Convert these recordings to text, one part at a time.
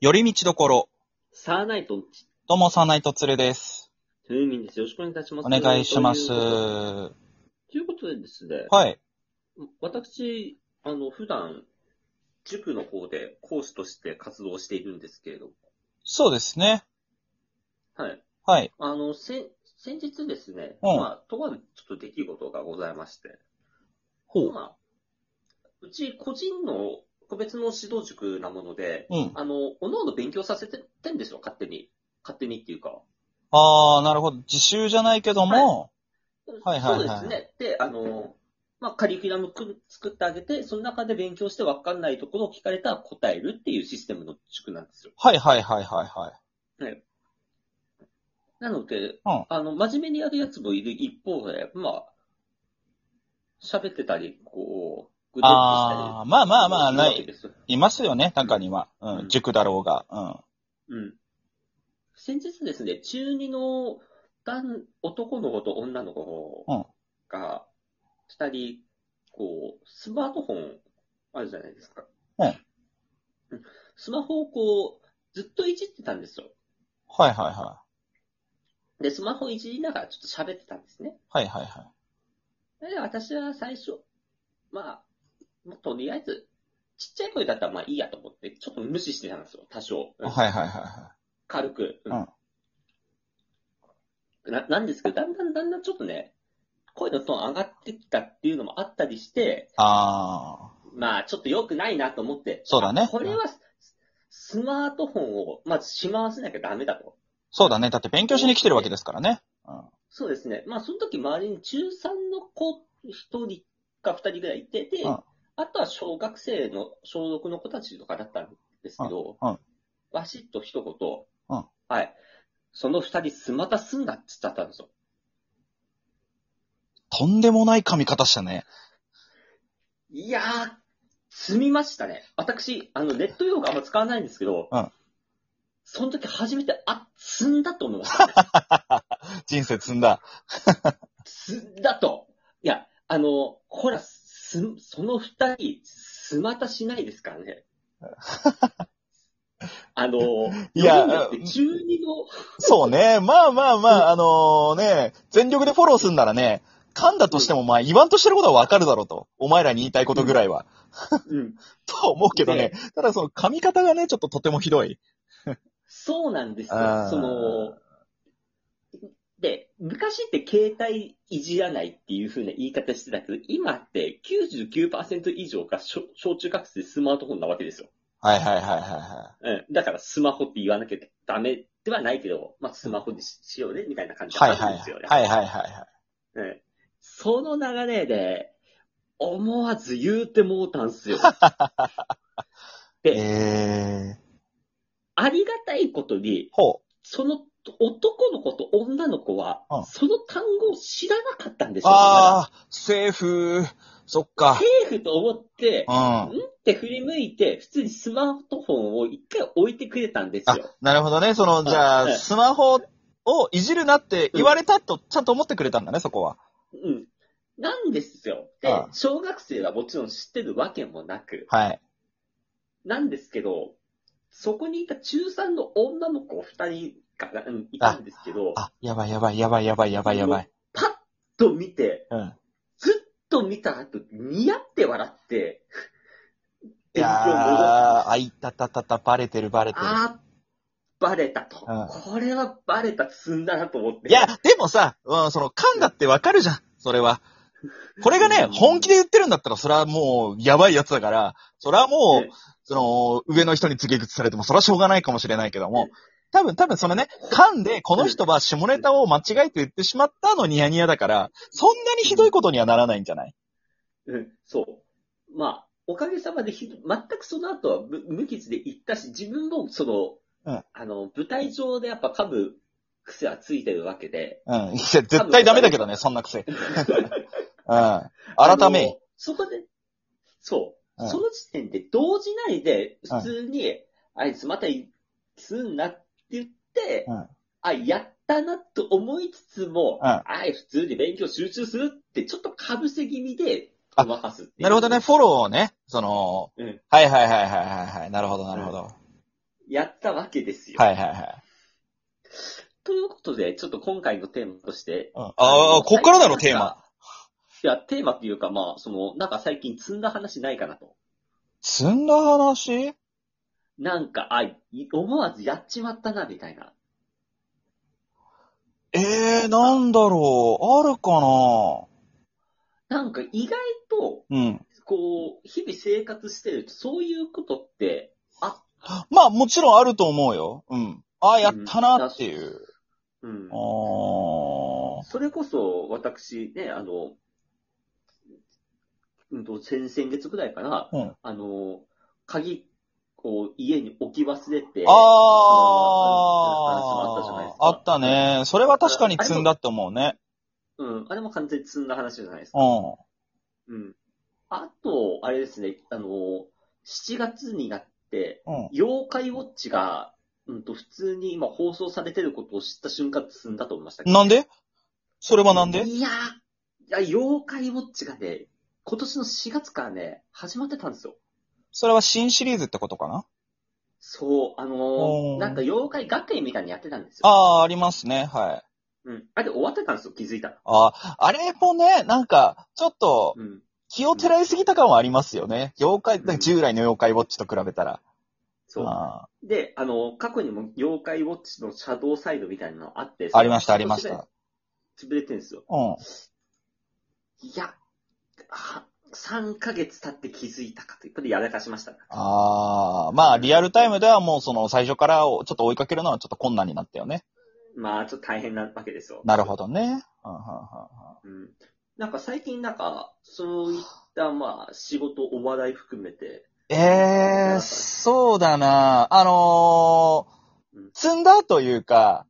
寄り道どころ、サーナイト、どうもサーナイトツルです。トゥーミンです。よろしくお願いいたします。お願いします。というはということでですね、い。私、あの、普段、塾の方で講師として活動しているんですけれども、そうですね。はい。はい。あの、せ、先日ですね、うんまあ、とあるちょっと出来事がございまして、ほう。まあ、うち個人の個別の指導塾なもので、うん。あの、おのおの勉強させてってんですよ、勝手に。勝手にっていうか。あー、なるほど。自習じゃないけども、はいはいはいそうですね。で、あの、まあ、カリキュラムくん作ってあげて、その中で勉強して分かんないところを聞かれたら答えるっていうシステムの塾なんですよ。はいはいはいはいはい。なので、んあの、真面目にやるやつもいる一方で、まあ、喋ってたり、こう、ぐどっとしたあー、まあり。まあまあ、するわなけい、ですよ。いますよね、中には。う。うんん塾だろうが。うん。うん。先日ですね、中二の男男の子と女の子が、二人、こう、スマートフォンあるじゃないですか。うんうん。スマホをこう、ずっといじってたんですよ。はいはいはで、スマホいじりながらちょっと喋ってたんですね。い。はいはいはい。で、私は最初、まあ、まあとりあえず、ちっちゃい声だったらまあいいやと思って、ちょっと無視してたんですよ、多少。うんはいはいはいは軽く。うんななんですけど、だんだんだんだんちょっとね、声のトーン上がってきたっていうのもあったりしてい。、あまあちょっと良くないなと思って、そうだねあこれはススマートフォンをまずしまわせなきゃダメだと。ー。そうだね。だって勉強しに来てるわけですからね。うん。そうですね。まあその時周りに中3の子1人か2人ぐらいいて、で、うんあとは小学生の小6の子たちとかだったんですけど、うんうんバシッと一言、うんはい。その2人スマタすんなって言っちゃったんですよ。とんでもない髪型したね。いやー、積みましたね。私、あの、ネット用語あんま使わないんですけど、うんその時初めて、あ、積んだと思いました。人生積んだ。 積んだと。いや、あの、ほら、す、その二人、すまたしないですか らね。あの、いや世によって中二の、そうね。まあまあまあ、あのね、全力でフォローすんならね、噛んだとしてもまあ言わんとしてることはわかるだろうと。お前らに言いたいことぐらいは。うん、と思うけどね。ただその髪型がね、ちょっととてもひどい。そうなんですあよー。その、で、昔って携帯いじらないっていう風な言い方してたけど、今って99%以上が小小中学生スマートフォンなわけですよ。はいはいはいはいはうん。だからスマホって言わなきゃダメではないけど、まあスマホにししようね、みたいな感い。じはいだはたいんですよね。はい。はいはいはいはい。うん。その流れで、思わず言うてもうた んすよ。で、えー、ありがたいことに、ほう。その男の子と女の子はうん、その単語を知らなかったんでしょうね、まあー、セーフそっだか。セーフと思って、うんん。って振り向いて、普通にスマートフォンを一回置いてくれたんですあよ。、なるほどね。その、じゃうんあ、スマホをいじるなって言われたと、ちゃんと思ってくれたんだね、そこは。うん。なんですよ。であ、小学生はもちろん知ってるわけもなく、はい。なんですけど、そこにいた中3の女の子二人がうんいたんですけど、あ、やばいやばいやばいやばいやばいやばい。パッと見て、うん。ずっと見た後、ニヤって笑って、いや勉強戻ったー、あいたたたた、バレてるバレてる。あー、バレたと。うんこれはバレた積んだなと思って。いや、でもさ、うん、その、噛んだってわかるじゃん、それは。これがねう、ん本気で言ってるんだったら、それはもう、やばいやつだから、それはもう、うんその、上の人に告げ口されても、それはしょうがないかもしれないけどうもん、多分、多分そのね、噛んで、この人は下ネタを間違えて言ってしまったのニヤニヤだから、そんなにひどいことにはならないんじゃないうん、そう。まあ、おかげさまでひど、全くその後は無無傷で行ったし、自分もその、うんあの、舞台上でやっぱ噛む癖はついてるわけで、うん。いや、絶対ダメだけどね、そんな癖。うん。改あのめ。。そこで、そう、うんその時点で動じないで、普通に、あいつまたいすんなって言って、うんあ、やったなと思いつつも、うんあい、普通に勉強集中するって、ちょっとかぶせ気味で、あごまかすっていうなるほどね、。フォローをね、その、うんはいはいはいはいはいはい。なるほどなるほど。やったわけですよ。はいはいはい。ということで、ちょっと今回のテーマとして、うん、ああ、こっからだろ、テーマ。。いや、テーマっていうか、まあ、その、なんか最近積んだ話ないかなと。積んだ話なんか、あ、い思わずやっちまったな、みたいな。ええー、なんだろう。あるかななんか意外と、うん。こう、日々生活してると、そういうことって、まあ、もちろんあると思うよ。うん。ああ、やったなっていう。うん。あそれこそ、私ね、あの、うんと、先々月ぐらいかな、うんあの、鍵を家に置き忘れて、あ。あの話もあったじゃないあですあ。かあったね。それは確かに積んだって思うね。うん、あれも完全に積んだ話じゃないですうか。ん。うん。あと、あれですね、あの、7月になって、うん。妖怪ウォッチが、うんと、普通に今放送されてることを知った瞬間積んだと思いましたけどなんでそれはなんでいやー、いや、妖怪ウォッチがね、今年の4月からね、始まってたんですよ。それは新シリーズってことかなそう、あおのー、ーなんか妖怪学園みたいにやってたんですよ。ああ、ありますね。はい。うん。あれで終わってたんですよ、気づいたら。ああ、あれもね、なんか、ちょっとうん。気を照らしすぎた感はありますよね。妖怪、なんか従来の妖怪ウォッチと比べたら。そう。あで、あのー過去にも妖怪ウォッチのシャドウサイドみたいなのあって、あありました、ありまし。た。潰れてるんですよ。うん。いや、は、3ヶ月経って気づいたかということでやらかしました。ああ、まあ、リアルタイムではもうその最初からをちょっと追いかけるのはちょっと困難になったよね。まあ、ちょっと大変なわけですよ。なるほどね。うんうんうんうん。なんか最近なんか、そういったまあ、仕事、お笑い含めて、ええー、そうだな。あのうんー、積んだというか、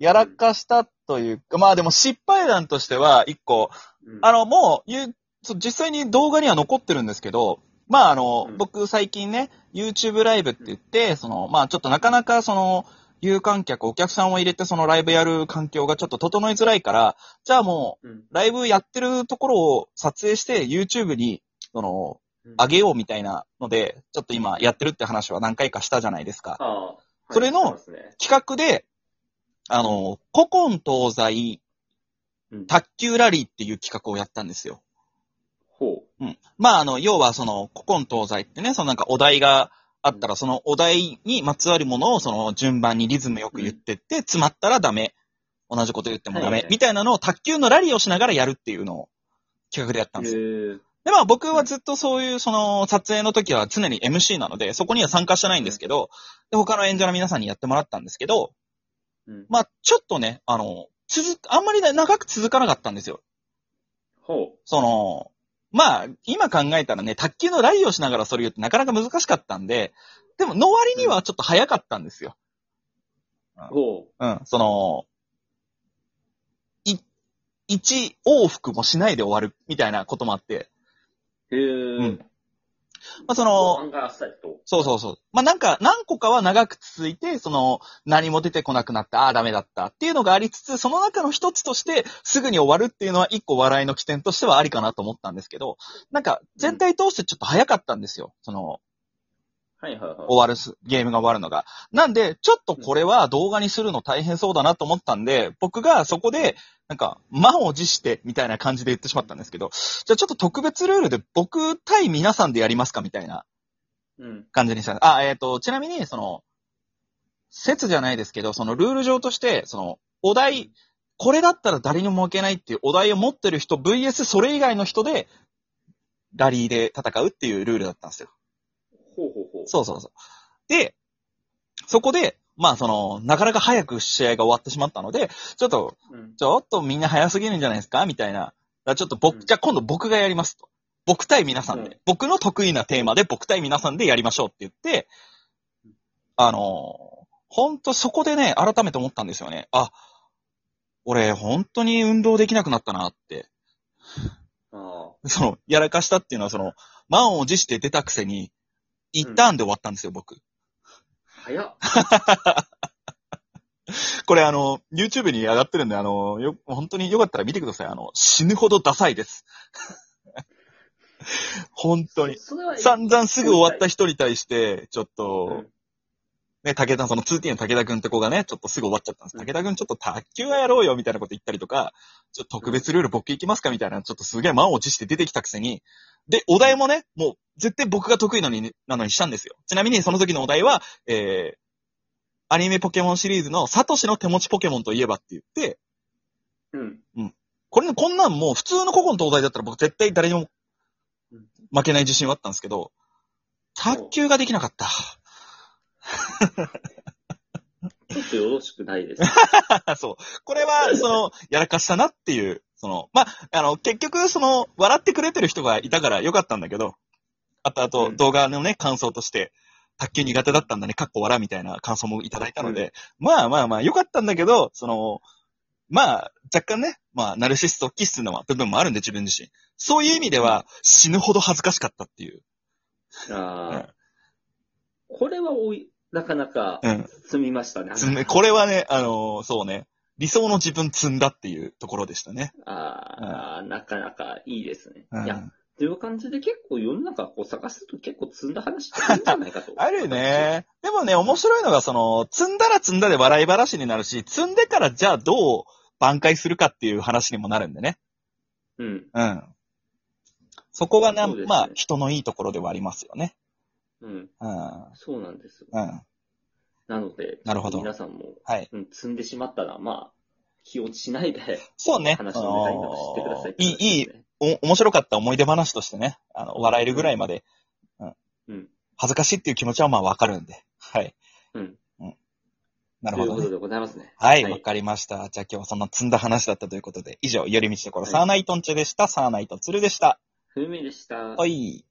やらかしたというか、まあでも失敗談としては一個、うん、あの、もう、ゆうそう実際に動画には残ってるんですけど、まああの、うん僕最近ね、YouTube ライブって言って、その、まあちょっとなかなかその、有観客、お客さんを入れてそのライブやる環境がちょっと整いづらいから、じゃあもうん、う、ライブやってるところを撮影して YouTube に、その、うん、あげようみたいなので、ちょっと今やってるって話は何回かしたじゃないですか。ああ、はいそれのそうですね企画で、あの、古今東西うん、卓球ラリーっていう企画をやったんですよ。ほう。うん。まあ、あの、要はその、古今東西ってね、そのなんかお題があったら、そのお題にまつわるものをその順番にリズムよく言ってって、詰まったらダメ。同じこと言ってもダはいメは。いみたいなのを卓球のラリーをしながらやるっていうのを企画でやったんですよ。ーで、まあ僕はずっとそういう、その、撮影の時は常に MC なので、そこには参加してないんですけど、で、他の演者の皆さんにやってもらったんですけど、うん、まあちょっとね、あの、続く、あんまりね長く続かなかったんですよ。ほその、まあ、今考えたらね、卓球のラリーをしながらそれ言うってなかなか難しかったんで、でも、の割にはちょっと早かったんですよ。う。ほうん、その、い、一往復もしないで終わる、みたいなこともあって。う。へーうんまあ、そ後の、半があっさりと。そうそうそう。まあ、なんか、何個かは長く続いて、その、何も出てこなくなった、ああ、ダメだったっていうのがありつつ、その中の一つとして、すぐに終わるっていうのは、一個笑いの起点としてはありかなと思ったんですけど、なんか、全体通してちょっと早かったんですよ。その、はいはいはい。終わるす、ゲームが終わるのが。なんで、ちょっとこれは動画にするの大変そうだなと思ったんで、僕がそこで、なんか、満を持して、みたいな感じで言ってしまったんですけど、じゃあちょっと特別ルールで僕対皆さんでやりますかみたいなうん。感じにした。あ、えっ、と、ちなみに、その、説じゃないですけど、そのルール上として、その、お題、これだったら誰にも負けないっていうお題を持ってる人 VS それ以外の人で、ラリーで戦うっていうルールだったんですよ。ほうほうほう。そうそうそう。で、そこで、まあその、なかなか早く試合が終わってしまったので、ちょっと、うん。ちょっとみんな早すぎるんじゃないですかみたいな。だからちょっと僕、うんじゃあ今度僕がやりますと。僕対皆さんで、うん僕の得意なテーマで僕対皆さんでやりましょうって言って、あのー、ほんとそこでね、改めて思ったんですよね。あ、俺、本当に運動できなくなったなって。あその、やらかしたっていうのは、その、満を持して出たくせに、一ターンで終わったんですよ、僕。あ、早っ。これあの、YouTube に上がってるんで、あの、よ、本当によかったら見てください。あの、死ぬほどダサいです。 本当に。それは、散々すぐ終わった人に対して、ちょっうとん、ね、武田、その 2T の武田くんって子がね、ちょっとすぐ終わっちゃったんです。うん武田くんちょっと卓球はやろうよみたいなこと言ったりとか、ちょっと特別ルール僕行きますかみたいな、ちょっとすげえ満を持して出てきたくせに、で、お題もね、もう絶対僕が得意のに、なのにしたんですよ。ちなみにその時のお題は、えー、アニメポケモンシリーズのサトシの手持ちポケモンといえばって言って、うん。これね、こんなんもう普通の古今東西だったら僕絶対誰にも負けない自信はあったんですけど、卓球ができなかった。ちょっとよろしくな いです。そう。これは、その、やらかしたなっていう、その、まあ、あの、結局、その、笑ってくれてる人がいたからよかったんだけど、あとあとうん動画のね、感想として、卓球苦手だったんだね、かっこ笑みたいな感想もいただいたので、まあまあまあ、よかったんだけど、その、まあ、若干ね、まあ、ナルシスト気質の部分もあるんで、自分自身。そういう意味では、死ぬほど恥ずかしかったっていう。ああ。これはおい、なかなかうん。積みましたね。積んこれはね、あのそうね、理想の自分積んだっていうところでしたね。ああ、なかなかいいですね。うん。いや、という感じで結構世の中こう探すと結構積んだ話ってあるんじゃないかと ある。ね。でもね、面白いのが、その、積んだら積んだで笑い話になるし、積んでからじゃあどう挽回するかっていう話にもなるんでね。うん。うん。そこがね、そうですねまあ、人のいいところではありますよね。うん。うん。そうなんです。うん。なので、なるほど皆さんも、はい。うん、積んでしまったら、まあ、気落ちしないで、そうね。話のネタになって知ってくださいってあの感ーじいい、いいですね。お、面白かった思い出話としてね、あの、笑えるぐらいまで、うん。うん恥ずかしいっていう気持ちはまあわかるんで。はい。うん。うん。なるといほど、うこねと。でございますね。はい、わ、かりました。じゃあ今日はそんな積んだ話だったということで、以上、寄り道ところ、はいサーナイトンチェでした。サーナイトツルでした。ふみでした。はい。